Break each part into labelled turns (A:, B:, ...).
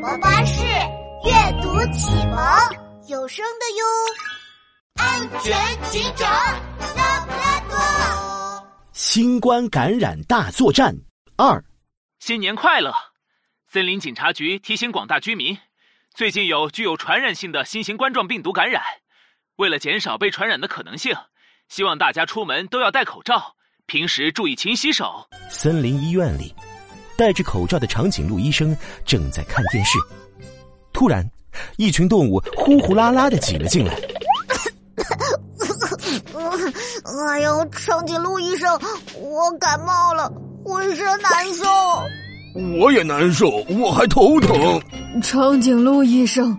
A: 摩巴士阅读启蒙有声的哟，安全警长拉布拉多。
B: 新冠感染大作战二，
C: 新年快乐！森林警察局提醒广大居民，最近有具有传染性的新型冠状病毒感染，为了减少被传染的可能性，希望大家出门都要戴口罩，平时注意勤洗手。
D: 森林医院里，戴着口罩的长颈鹿医生正在看电视，突然，一群动物呼呼啦啦的挤了进来。
E: 哎呦，长颈鹿医生，我感冒了，浑身难受。
F: 我也难受，我还头疼。
G: 长颈鹿医生，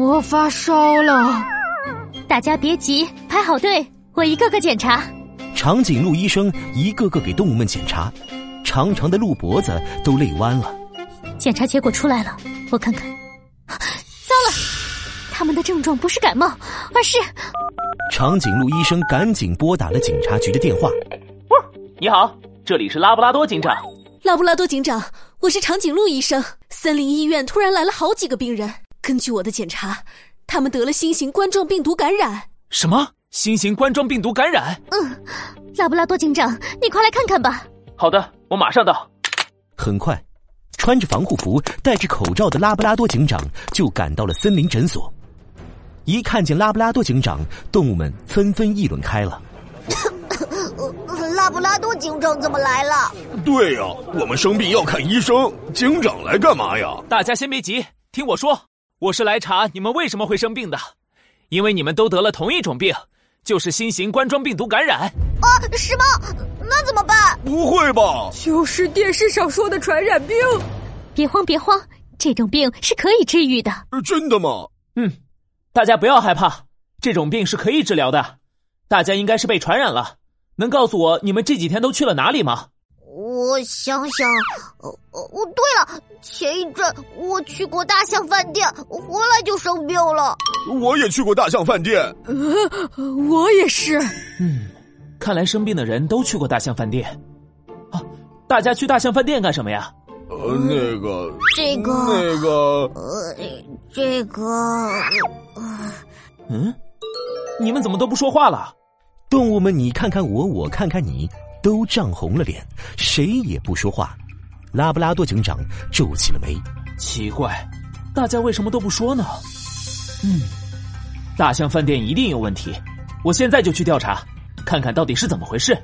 G: 我发烧了。
H: 大家别急，排好队，我一个个检查。
D: 长颈鹿医生一个个给动物们检查，长长的鹿脖子都累弯了。
H: 检查结果出来了，我看看。糟了，他们的症状不是感冒，而是……
D: 长颈鹿医生赶紧拨打了警察局的电话。
C: 你好，这里是拉布拉多警长。
I: 拉布拉多警长，我是长颈鹿医生。森林医院突然来了好几个病人，根据我的检查，他们得了新型冠状病毒感染。
C: 什么？新型冠状病毒感染？
H: 嗯，拉布拉多警长，你快来看看吧。
C: 好的，我马上到。
D: 很快，穿着防护服、戴着口罩的拉布拉多警长就赶到了森林诊所。一看见拉布拉多警长，动物们纷纷议论开了。
E: 呃拉布拉多警长怎么来了？
F: 对呀、啊，我们生病要看医生，警长来干嘛呀？
C: 大家先别急，听我说，我是来查你们为什么会生病的，因为你们都得了同一种病。就是新型冠状病毒感染
E: 啊？是吗？那怎么办？
F: 不会吧？
G: 就是电视上说的传染病。
H: 别慌，别慌，这种病是可以治愈的。
F: 真的吗？
C: 嗯，大家不要害怕，这种病是可以治疗的。大家应该是被传染了，能告诉我你们这几天都去了哪里吗？
E: 我想想，哦哦，对了，前一阵我去过大象饭店，回来就生病了。
F: 我也去过大象饭店，呃、
G: 我也是。
C: 嗯，看来生病的人都去过大象饭店。啊，大家去大象饭店干什么呀？
F: 呃，那个，
E: 这个，
F: 那个，
E: 呃，这个，呃、
C: 嗯，你们怎么都不说话了？
D: 动物们，你看看我，我看看你。都涨红了脸，谁也不说话。拉布拉多警长皱起了眉，
C: 奇怪，大家为什么都不说呢？嗯，大象饭店一定有问题，我现在就去调查，看看到底是怎么回事。